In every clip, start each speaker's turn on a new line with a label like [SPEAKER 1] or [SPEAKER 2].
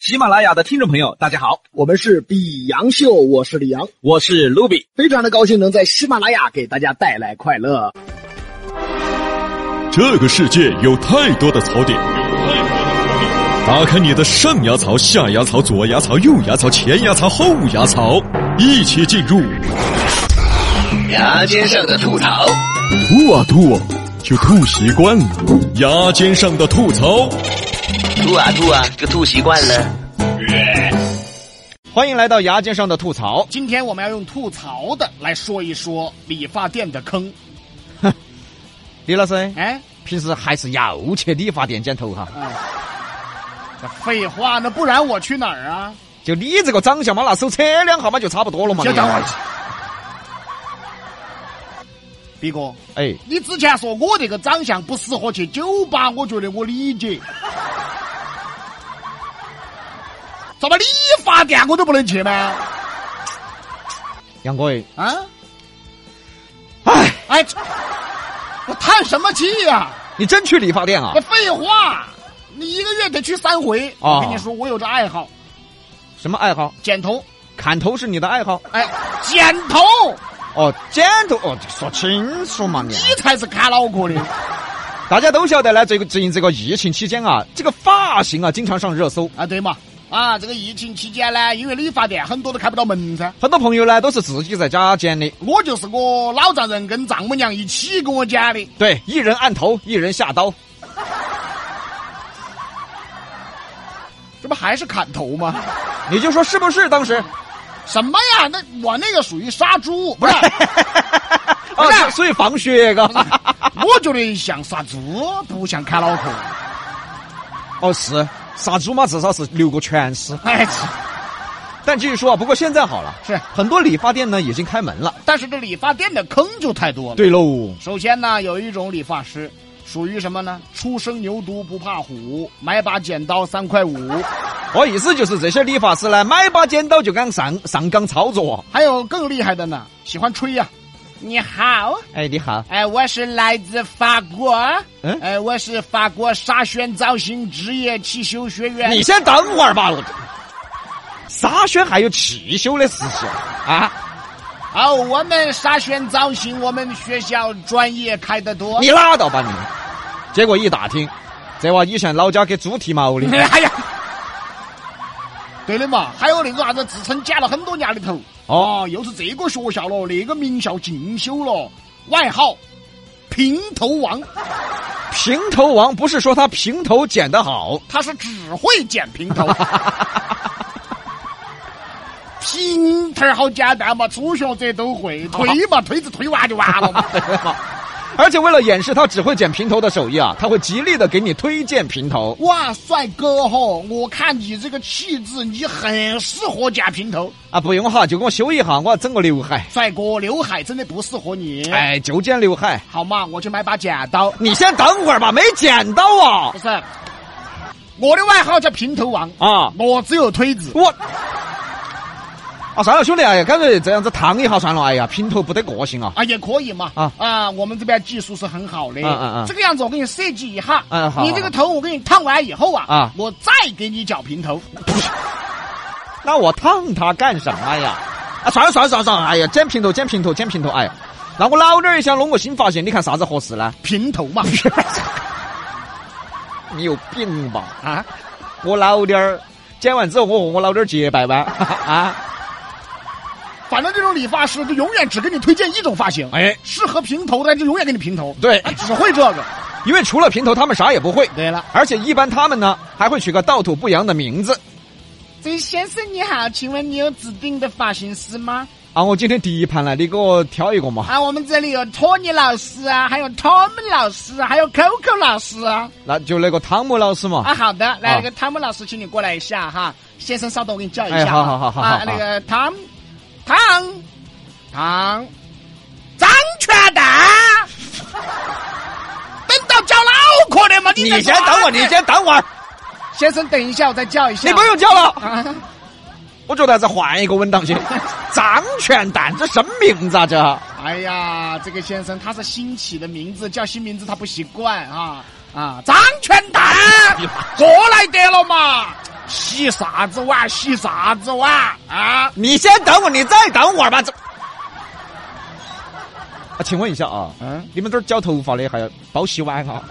[SPEAKER 1] 喜马拉雅的听众朋友，大家好，
[SPEAKER 2] 我们是比杨秀，我是李阳，
[SPEAKER 1] 我是卢比。
[SPEAKER 2] 非常的高兴能在喜马拉雅给大家带来快乐。
[SPEAKER 3] 这个世界有太多的槽点，打开你的上牙槽、下牙槽、左牙槽、右牙槽、前牙槽、后牙槽，一起进入
[SPEAKER 4] 牙尖上的吐槽，
[SPEAKER 3] 吐啊吐，就吐习惯了。牙尖上的吐槽，
[SPEAKER 4] 吐啊吐啊，就吐习惯了。
[SPEAKER 1] 欢迎来到牙尖上的吐槽。
[SPEAKER 5] 今天我们要用吐槽的来说一说理发店的坑。
[SPEAKER 1] 李老师，
[SPEAKER 5] 哎，
[SPEAKER 1] 平时还是又去理发店剪头哈？
[SPEAKER 5] 这废话，那不然我去哪儿啊？
[SPEAKER 1] 就你这个长相嘛，拿手扯两下嘛，就差不多了嘛。
[SPEAKER 5] 先等会儿。毕哥，
[SPEAKER 1] 哎，
[SPEAKER 5] 你之前说我这个长相不适合去酒吧，我觉得我理解。 怎么理发店我都不能去吗？
[SPEAKER 1] 杨哥，
[SPEAKER 5] 啊？
[SPEAKER 1] 哎，
[SPEAKER 5] 哎，我叹什么气呀、
[SPEAKER 1] 你真去理发店啊
[SPEAKER 5] 那？废话，你一个月得去三回。
[SPEAKER 1] 哦
[SPEAKER 5] 我跟你说，我有这爱好，
[SPEAKER 1] 什么爱好？
[SPEAKER 5] 剪头。
[SPEAKER 1] 砍头是你的爱好？
[SPEAKER 5] 哎，剪头，
[SPEAKER 1] 哦，剪头哦，说清楚嘛你。
[SPEAKER 5] 你才是看脑壳的
[SPEAKER 1] 大家都晓得呢，这个最近这个疫情期间啊，这个发型啊经常上热搜。
[SPEAKER 5] 啊，对嘛？啊，这个疫情期间呢，因为理发店很多都开不到门噻。
[SPEAKER 1] 很多朋友呢都是自己在家剪的，
[SPEAKER 5] 我就是我老丈人跟丈母娘一起给我剪的，
[SPEAKER 1] 对，一人按头，一人下刀。
[SPEAKER 5] 这不还是砍头吗？
[SPEAKER 1] 你就说是不是？当时，
[SPEAKER 5] 什么呀？那我那个属于杀猪， 不是？
[SPEAKER 1] 哦，
[SPEAKER 5] 不是
[SPEAKER 1] 所所以放血嘎。
[SPEAKER 5] 我觉得像杀猪，不像砍脑壳。
[SPEAKER 1] 哦，是杀猪嘛，至少是留个全尸。
[SPEAKER 5] 哎，
[SPEAKER 1] 但继续说啊，不过现在好了，
[SPEAKER 5] 是
[SPEAKER 1] 很多理发店呢已经开门了。
[SPEAKER 5] 但是这理发店的坑就太多了。
[SPEAKER 1] 对喽，
[SPEAKER 5] 首先呢，有一种理发师属于什么呢？初生牛犊不怕虎，买把剪刀三块五。
[SPEAKER 1] 我哦意思就是这些理发师呢，买把剪刀就敢上上岗操作。
[SPEAKER 5] 还有更厉害的呢，喜欢吹呀、你好，
[SPEAKER 1] 哎，你好，
[SPEAKER 5] 哎，我是来自法国，
[SPEAKER 1] 嗯
[SPEAKER 5] 哎，我是法国沙宣造型职业汽修学院。
[SPEAKER 1] 你先等会儿吧，我。沙宣还有汽修的事情啊？
[SPEAKER 5] 哦，我们沙宣造型，我们学校专业开得多。。
[SPEAKER 1] 你拉倒吧你！结果一打听，这娃以前老家给猪剃毛的
[SPEAKER 5] 哎呀，对的嘛，还有那个啥子自称剪了很多年的头，
[SPEAKER 1] 哦，
[SPEAKER 5] 哦，又是这个学校了，那、个名校进修了，外号平头王，
[SPEAKER 1] 平头王不是说他平头剪得好，
[SPEAKER 5] 他是只会剪平头。平头好简单嘛，初学者都会推嘛，推子推完就完了嘛。
[SPEAKER 1] 而且为了掩饰他只会剪平头的手艺啊，他会极力的给你推荐平头。
[SPEAKER 5] 哇，帅哥哈、我看你这个气质，你很适合剪平头。
[SPEAKER 1] 啊，不用哈，就给我修一下，我要整个刘海。
[SPEAKER 5] 帅哥，刘海真的不适合你。
[SPEAKER 1] 哎，就剪刘海。
[SPEAKER 5] 好嘛，我去买把剪刀。
[SPEAKER 1] 你先等会儿吧，没剪刀啊
[SPEAKER 5] 不是，我的外号叫平头王，
[SPEAKER 1] 啊！
[SPEAKER 5] 我只有推子。
[SPEAKER 1] 我啊，算了，兄弟，哎呀，干脆这样子烫一下算了。哎呀，平头不得个性啊。
[SPEAKER 5] 啊，也可以嘛。
[SPEAKER 1] 啊
[SPEAKER 5] 啊我们这边技术是很好的。
[SPEAKER 1] 嗯嗯嗯
[SPEAKER 5] 这个样子我给你设计一下。
[SPEAKER 1] 嗯好
[SPEAKER 5] 你这个头我给你烫完以后啊，
[SPEAKER 1] 啊
[SPEAKER 5] 我再给你绞平头。
[SPEAKER 1] 那我烫他干什么呀？啊，算了算了算了算了，哎呀，剪平头剪平头剪平头，哎呀，那我老点儿也想弄个新发型，你看啥子合适呢？
[SPEAKER 5] 平头嘛。
[SPEAKER 1] 你有病吧？
[SPEAKER 5] 啊，
[SPEAKER 1] 我老点儿剪完之后，我和我老点儿结拜吧。 啊，
[SPEAKER 5] 反正这种理发师就永远只给你推荐一种发型。
[SPEAKER 1] 哎，
[SPEAKER 5] 适合平头的就永远给你平头。
[SPEAKER 1] 对
[SPEAKER 5] 他只会这 个。
[SPEAKER 1] 因为除了平头，他们啥也不会。
[SPEAKER 5] 对了，
[SPEAKER 1] 而且一般他们呢还会取个道土不扬的名字
[SPEAKER 5] 这位先生你好，请问你有指定的发型师吗？
[SPEAKER 1] 啊。我今天第一盘来，你给我挑一个嘛。
[SPEAKER 5] 啊，我们这里有托尼老师啊，还有 Tom 老师啊，还有 Coco 老师啊。
[SPEAKER 1] 那就那个汤姆老师嘛。
[SPEAKER 5] 啊，好的，
[SPEAKER 1] 啊
[SPEAKER 5] 来，那个汤姆老师，请你过来一下哈。先生，稍等，我给你叫一下。
[SPEAKER 1] 哎好好好好
[SPEAKER 5] 啊
[SPEAKER 1] 好，
[SPEAKER 5] 那个汤，汤，汤，张全蛋， 等到叫脑壳的嘛？你
[SPEAKER 1] 你
[SPEAKER 5] 在
[SPEAKER 1] 先
[SPEAKER 5] 干嘛
[SPEAKER 1] 等我，你。先等会儿，
[SPEAKER 5] 先生，等一下，我再叫一下。
[SPEAKER 1] 你不用叫了。
[SPEAKER 5] 啊，
[SPEAKER 1] 我觉得还是换一个稳当些。张全蛋，这什么名字啊？这
[SPEAKER 5] 哎呀，这个先生他是新起的名字，叫新名 字他不习惯啊啊！张全蛋，过来得了嘛？洗啥子碗？洗啥子碗啊？
[SPEAKER 1] 你先等我，你再等会儿吧。这啊，请问一下啊，
[SPEAKER 5] 嗯
[SPEAKER 1] 你们这儿绞头发的还要包洗碗啊？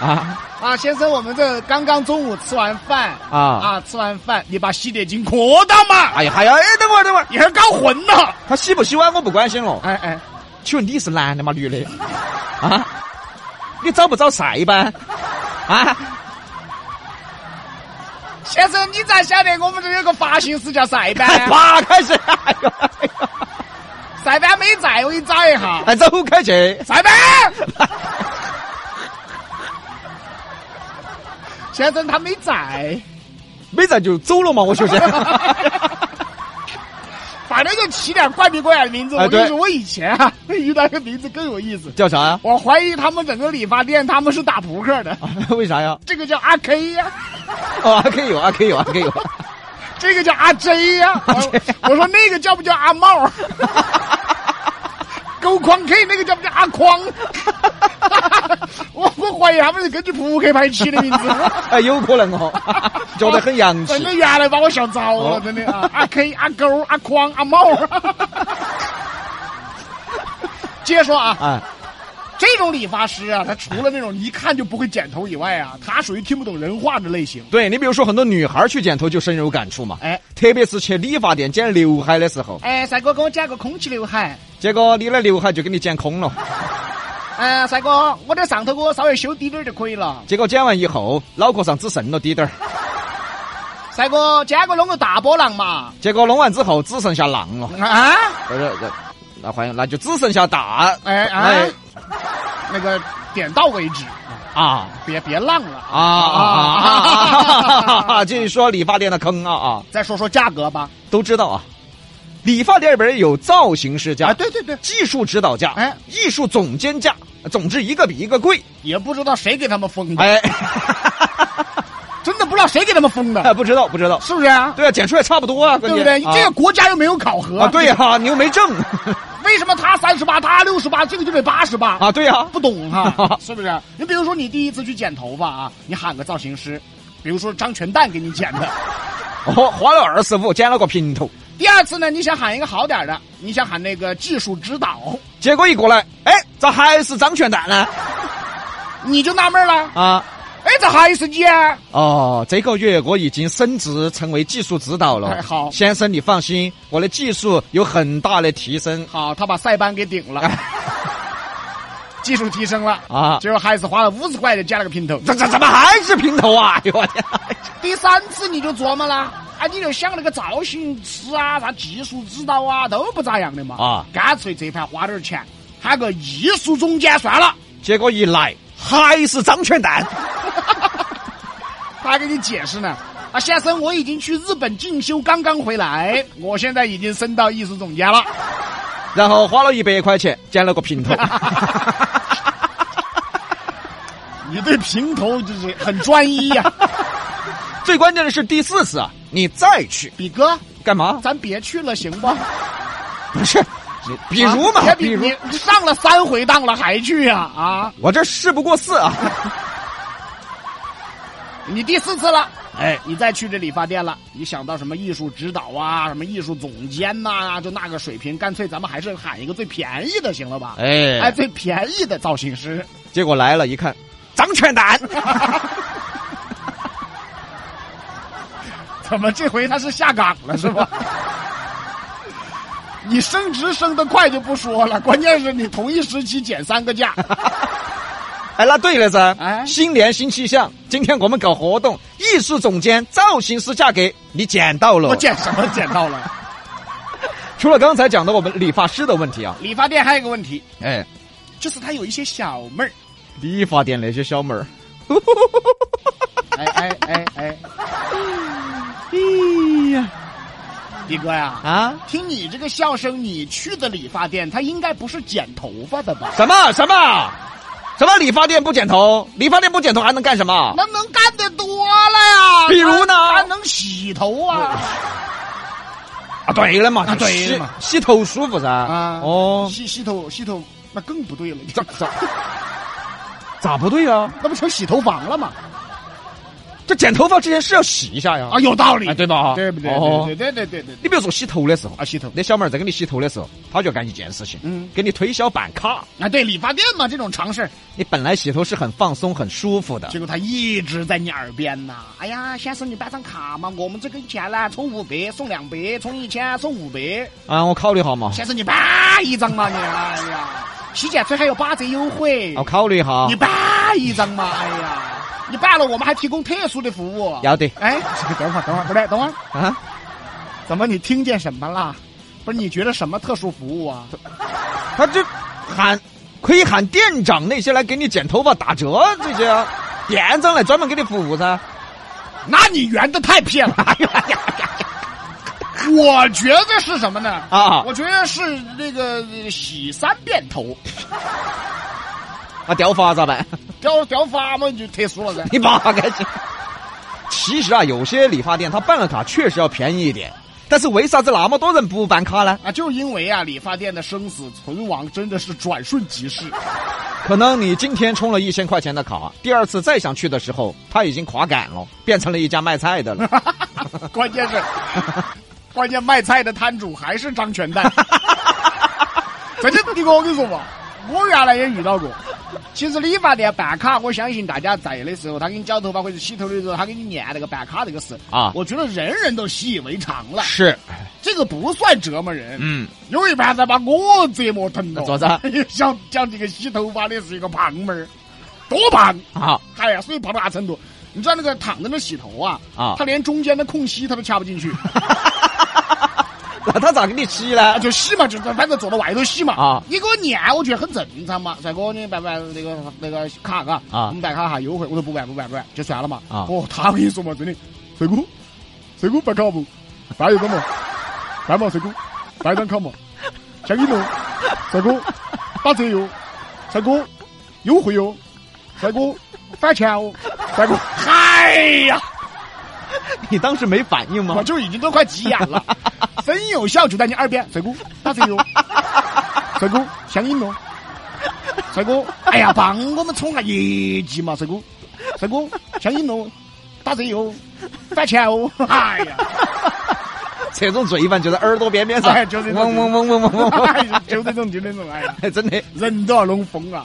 [SPEAKER 1] 啊，
[SPEAKER 5] 啊，先生，我们这刚刚中午吃完饭
[SPEAKER 1] 啊
[SPEAKER 5] 啊，吃完饭你把洗脸巾扩大嘛，
[SPEAKER 1] 哎呀，还要哎，等会儿等会儿，
[SPEAKER 5] 你还搞混呢？
[SPEAKER 1] 他洗不洗碗我不关心了。
[SPEAKER 5] 哎哎，
[SPEAKER 1] 请问你是男的吗？女的？ 啊，你找不找晒班？ 啊，
[SPEAKER 5] 先生，你咋晓得我们这有个发型师叫晒
[SPEAKER 1] 哎
[SPEAKER 5] 班？
[SPEAKER 1] 八开始， 哎呦，哎呦
[SPEAKER 5] 晒班没在，我给你找一下。
[SPEAKER 1] 哎走开去。
[SPEAKER 5] 晒班， 先生他没在，
[SPEAKER 1] 没在就走了嘛，我就是。
[SPEAKER 5] 反正就起点怪逼怪的名字。
[SPEAKER 1] 哎
[SPEAKER 5] 我跟
[SPEAKER 1] 对
[SPEAKER 5] 你说，我以前啊 遇到一个名字更有意思，
[SPEAKER 1] 叫啥 呀？
[SPEAKER 5] 我怀疑他们整个理发店他们是打扑克的。
[SPEAKER 1] 为啥呀？
[SPEAKER 5] 这个叫阿 K 呀、
[SPEAKER 1] 哦，还可以有，还可以有，还可以哦有。
[SPEAKER 5] 这个叫 阿 J 呀、
[SPEAKER 1] J
[SPEAKER 5] 我我说那个叫不叫阿 茂？啊勾框 K 那个叫不叫阿 匡？我我怀疑他们是根据扑克牌起的 名字。
[SPEAKER 1] 哎，有可能哦， 觉得很洋气
[SPEAKER 5] 真。的原来把我想糟了，
[SPEAKER 1] 哦
[SPEAKER 5] 真的啊！阿 K、阿勾、阿匡、阿 茂。接着说啊，
[SPEAKER 1] 哎，
[SPEAKER 5] 这种理发师啊，他除了那种一看就不会剪头以外啊，他属于听不懂人话的类型。
[SPEAKER 1] 对你比如说，很多女孩儿去剪头就深有感触嘛。
[SPEAKER 5] 哎
[SPEAKER 1] 特别是去理发店剪刘海的时候，
[SPEAKER 5] 哎，帅哥，给我剪个空气刘海。
[SPEAKER 1] 结果你的刘海就给你剪空了。
[SPEAKER 5] 嗯，帅哥，我的上头给我稍微修低点儿就可以了。
[SPEAKER 1] 结果剪完以后，脑壳上只剩了滴点儿。
[SPEAKER 5] 帅哥，今个弄个大波浪嘛？
[SPEAKER 1] 结果弄完之后只剩下浪了。
[SPEAKER 5] 啊？
[SPEAKER 1] 不是，这那欢迎，那就只剩下大。
[SPEAKER 5] 哎啊！那个点到为止，
[SPEAKER 1] 啊
[SPEAKER 5] 别别浪了
[SPEAKER 1] 啊啊啊！继续说理发店的坑啊啊！
[SPEAKER 5] 再说说价格吧。
[SPEAKER 1] 都知道啊，理发店里边有造型师价、
[SPEAKER 5] 啊，对对对，
[SPEAKER 1] 技术指导价、
[SPEAKER 5] 哎
[SPEAKER 1] 艺术总监价，总之一个比一个贵。
[SPEAKER 5] 也不知道谁给他们封的，
[SPEAKER 1] 哎，
[SPEAKER 5] 真的不知道谁给他们封的，
[SPEAKER 1] 不知道不知道，
[SPEAKER 5] 是不是啊？
[SPEAKER 1] 对啊，剪出来差不多哎啊，关
[SPEAKER 5] 对不
[SPEAKER 1] 键
[SPEAKER 5] 对？
[SPEAKER 1] 啊
[SPEAKER 5] 这个国家又没有考核
[SPEAKER 1] 啊，对呀、你又没证
[SPEAKER 5] 为什么他三十八，他六十八，这个就得八十八？
[SPEAKER 1] 啊，对呀、啊，
[SPEAKER 5] 不懂哈，是不是？你比如说，你第一次去剪头发啊，你喊个造型师，比如说张全蛋给你剪的。
[SPEAKER 1] 哦，花了二十五剪了个平头，
[SPEAKER 5] 第二次呢，你想喊一个好点儿的，你想喊那个技术指导，
[SPEAKER 1] 结果一过来，哎，咋还是张全蛋呢？
[SPEAKER 5] 你就纳闷了，
[SPEAKER 1] 啊，
[SPEAKER 5] 哎，咋还是你啊？
[SPEAKER 1] 哦，这个月我已经升职成为技术指导了。
[SPEAKER 5] 哎好
[SPEAKER 1] 先生你放心，我的技术有很大的提升。
[SPEAKER 5] 好，他把塞班给顶 了，技术提升了
[SPEAKER 1] 啊
[SPEAKER 5] 结果还是花了五十块钱加了个平头。
[SPEAKER 1] 这这怎么还是平头啊？哎 呦我天！
[SPEAKER 5] 第三次你就琢磨了。啊，你就想那个造型师啊，啥技术指导啊，都不咋样的嘛。
[SPEAKER 1] 啊
[SPEAKER 5] 干脆这盘花点儿钱，喊个艺术总监算了。
[SPEAKER 1] 结果一来还是张全蛋。
[SPEAKER 5] 他还给你解释呢。啊，先生，我已经去日本进修，刚刚回来，我现在已经升到艺术总监了。
[SPEAKER 1] 然后花了一百块钱剪了个平 头。
[SPEAKER 5] 你对平头就是很专一 呀、
[SPEAKER 1] 最关键的是第四次啊，你再去
[SPEAKER 5] 比哥，
[SPEAKER 1] 干嘛？
[SPEAKER 5] 咱别去了，行不？
[SPEAKER 1] 不是，你比如嘛，
[SPEAKER 5] 啊别
[SPEAKER 1] 比
[SPEAKER 5] 比
[SPEAKER 1] 如
[SPEAKER 5] 你上了三回当了还去呀、啊？
[SPEAKER 1] 我这事不过四啊。
[SPEAKER 5] 你第四次了，
[SPEAKER 1] 哎，
[SPEAKER 5] 你再去这理发店了，你想到什么艺术指导啊，什么艺术总监呐、就那个水平，干脆咱们还是喊一个最便宜的，行了吧？
[SPEAKER 1] 哎
[SPEAKER 5] 哎，最便宜的造型师。
[SPEAKER 1] 结果来了，一看张全 蛋。
[SPEAKER 5] 怎么这回他是下岗了是吧？你升职升得快就不说了，关键是你同一时期减三个价，
[SPEAKER 1] 哎，那对了噻，
[SPEAKER 5] 哎
[SPEAKER 1] 新年新气象，今天我们搞活动，艺术总监、造型师价格你捡到
[SPEAKER 5] 我
[SPEAKER 1] 了。
[SPEAKER 5] 减什么减到了？
[SPEAKER 1] 除了刚才讲的我们理发师的问题啊，
[SPEAKER 5] 理发店还有一个问题，
[SPEAKER 1] 哎，
[SPEAKER 5] 就是他有一些小妹儿，
[SPEAKER 1] 理发店那些小妹儿，
[SPEAKER 5] 哎哎哎哎，
[SPEAKER 1] 哎呀
[SPEAKER 5] 迪哥呀，
[SPEAKER 1] 啊！
[SPEAKER 5] 听你这个笑声，你去的理发店他应该不是剪头发的吧？
[SPEAKER 1] 什么什么什么理发店不剪头？理发店不剪头还能干什么？
[SPEAKER 5] 那能干的多了呀，
[SPEAKER 1] 比如呢
[SPEAKER 5] 他能洗头啊，
[SPEAKER 1] 啊，对了嘛，
[SPEAKER 5] 啊
[SPEAKER 1] 就
[SPEAKER 5] 对了
[SPEAKER 1] 洗
[SPEAKER 5] 嘛
[SPEAKER 1] 洗头舒服噻。
[SPEAKER 5] 啊
[SPEAKER 1] 哦，
[SPEAKER 5] 洗洗头洗头那更不对了，
[SPEAKER 1] 咋咋不对啊？
[SPEAKER 5] 那不成洗头房了吗？
[SPEAKER 1] 这剪头发之前是要洗一下呀，
[SPEAKER 5] 啊，有道理
[SPEAKER 1] 哎，，对吧？
[SPEAKER 5] 对不对？
[SPEAKER 1] 哦
[SPEAKER 5] 对对对对对对，
[SPEAKER 1] 你比如说洗头的时候，
[SPEAKER 5] 啊，洗头
[SPEAKER 1] 那小妹儿在给你洗头的时候，她就干一件事情，
[SPEAKER 5] 嗯
[SPEAKER 1] 给你推销办卡。
[SPEAKER 5] 啊，对理发店嘛，这种常识，
[SPEAKER 1] 你本来洗头是很放松、很舒服的，
[SPEAKER 5] 结果他一直在你耳边呐。哎呀，先生，你办张卡嘛，我们这个钱呢，充五百送两百，充一千送五百。
[SPEAKER 1] 啊，我考虑一下嘛，
[SPEAKER 5] 先生，你办一张嘛你，哎呀，洗剪吹还有八折优惠
[SPEAKER 1] 我，哦考虑一下
[SPEAKER 5] 你，办一张嘛，哎呀，你办了我们还提供特殊的服务。
[SPEAKER 1] 要得
[SPEAKER 5] 哎，等会儿，等会儿，不对，等会儿，
[SPEAKER 1] 啊，
[SPEAKER 5] 怎么你听见什么了？不是你觉得什么特殊服务啊？
[SPEAKER 1] 他这喊可以喊店长那些来给你剪头发打折这些啊，店长来专门给你服务噻。
[SPEAKER 5] 那你圆的太偏了！哎呀呀呀呀！我觉得是什么呢？
[SPEAKER 1] 啊
[SPEAKER 5] 我觉得是那个呃洗三遍头，
[SPEAKER 1] 啊，掉发咋办？
[SPEAKER 5] 掉掉发嘛就特殊了噻。
[SPEAKER 1] 你爸该去。其实啊，有些理发店它办了卡确实要便宜一点，但是为啥子那么多人不办卡呢？
[SPEAKER 5] 啊，就因为啊，理发店的生死存亡真的是转瞬即逝。
[SPEAKER 1] 可能你今天充了一千块钱的卡，第二次再想去的时候，他已经垮杆了，变成了一家卖菜的 了。
[SPEAKER 5] 关键是，关键卖菜的摊主还是张全蛋。 真的，你我跟你说嘛，我原来也遇到过。其实理发店办卡，我相信大家在的时候，他给你剪头发或者洗头的时候，他给你念那个办卡这个事
[SPEAKER 1] 啊
[SPEAKER 5] 我觉得人人都习以为常了，
[SPEAKER 1] 是，
[SPEAKER 5] 这个不算折磨人。
[SPEAKER 1] 嗯，
[SPEAKER 5] 有一盘子把我折磨疼了。
[SPEAKER 1] 咋子 啊？
[SPEAKER 5] 像像这个洗头发的是一个胖妹儿，多胖！
[SPEAKER 1] 好，
[SPEAKER 5] 哎呀，所以胖到啥程度？你知道那个躺在那洗头啊，
[SPEAKER 1] 啊
[SPEAKER 5] 他连中间的空隙他都掐不进去，
[SPEAKER 1] 那他咋给你洗
[SPEAKER 5] 啊
[SPEAKER 1] 呢？
[SPEAKER 5] 就洗嘛，就反正坐到外头洗嘛。
[SPEAKER 1] 啊
[SPEAKER 5] 你给我念，我觉得很正常嘛。帅哥，你办不办那个那个卡嘎？
[SPEAKER 1] 啊
[SPEAKER 5] 我们办卡哈优惠，我说不办不办不办，就算了嘛。
[SPEAKER 1] 啊
[SPEAKER 5] 哦，他跟你说嘛，真的，帅哥，帅哥办卡不？办一张嘛，办嘛，帅哥，办一张卡嘛，像你们，帅哥打折哟，帅哥优惠哟，帅哥返钱哦，帅哥，嗨呀！
[SPEAKER 1] 你当时没反应
[SPEAKER 5] 我
[SPEAKER 1] 吗？
[SPEAKER 5] 就已经都快急眼了。真有效就在你耳边，帅哥，打车哟，帅哥，相应哦，帅哥，哎呀，帮我们冲下业绩嘛，帅哥，帅哥，相应哦，打折哟，返钱哦，哎呀，
[SPEAKER 1] 这种罪犯就在耳朵边边上，
[SPEAKER 5] 哎就是
[SPEAKER 1] 嗡嗡嗡嗡嗡嗡
[SPEAKER 5] 哎
[SPEAKER 1] 嗡
[SPEAKER 5] 呀，就这种就那种，哎呀，
[SPEAKER 1] 哎，真的。
[SPEAKER 5] 人都要弄疯了。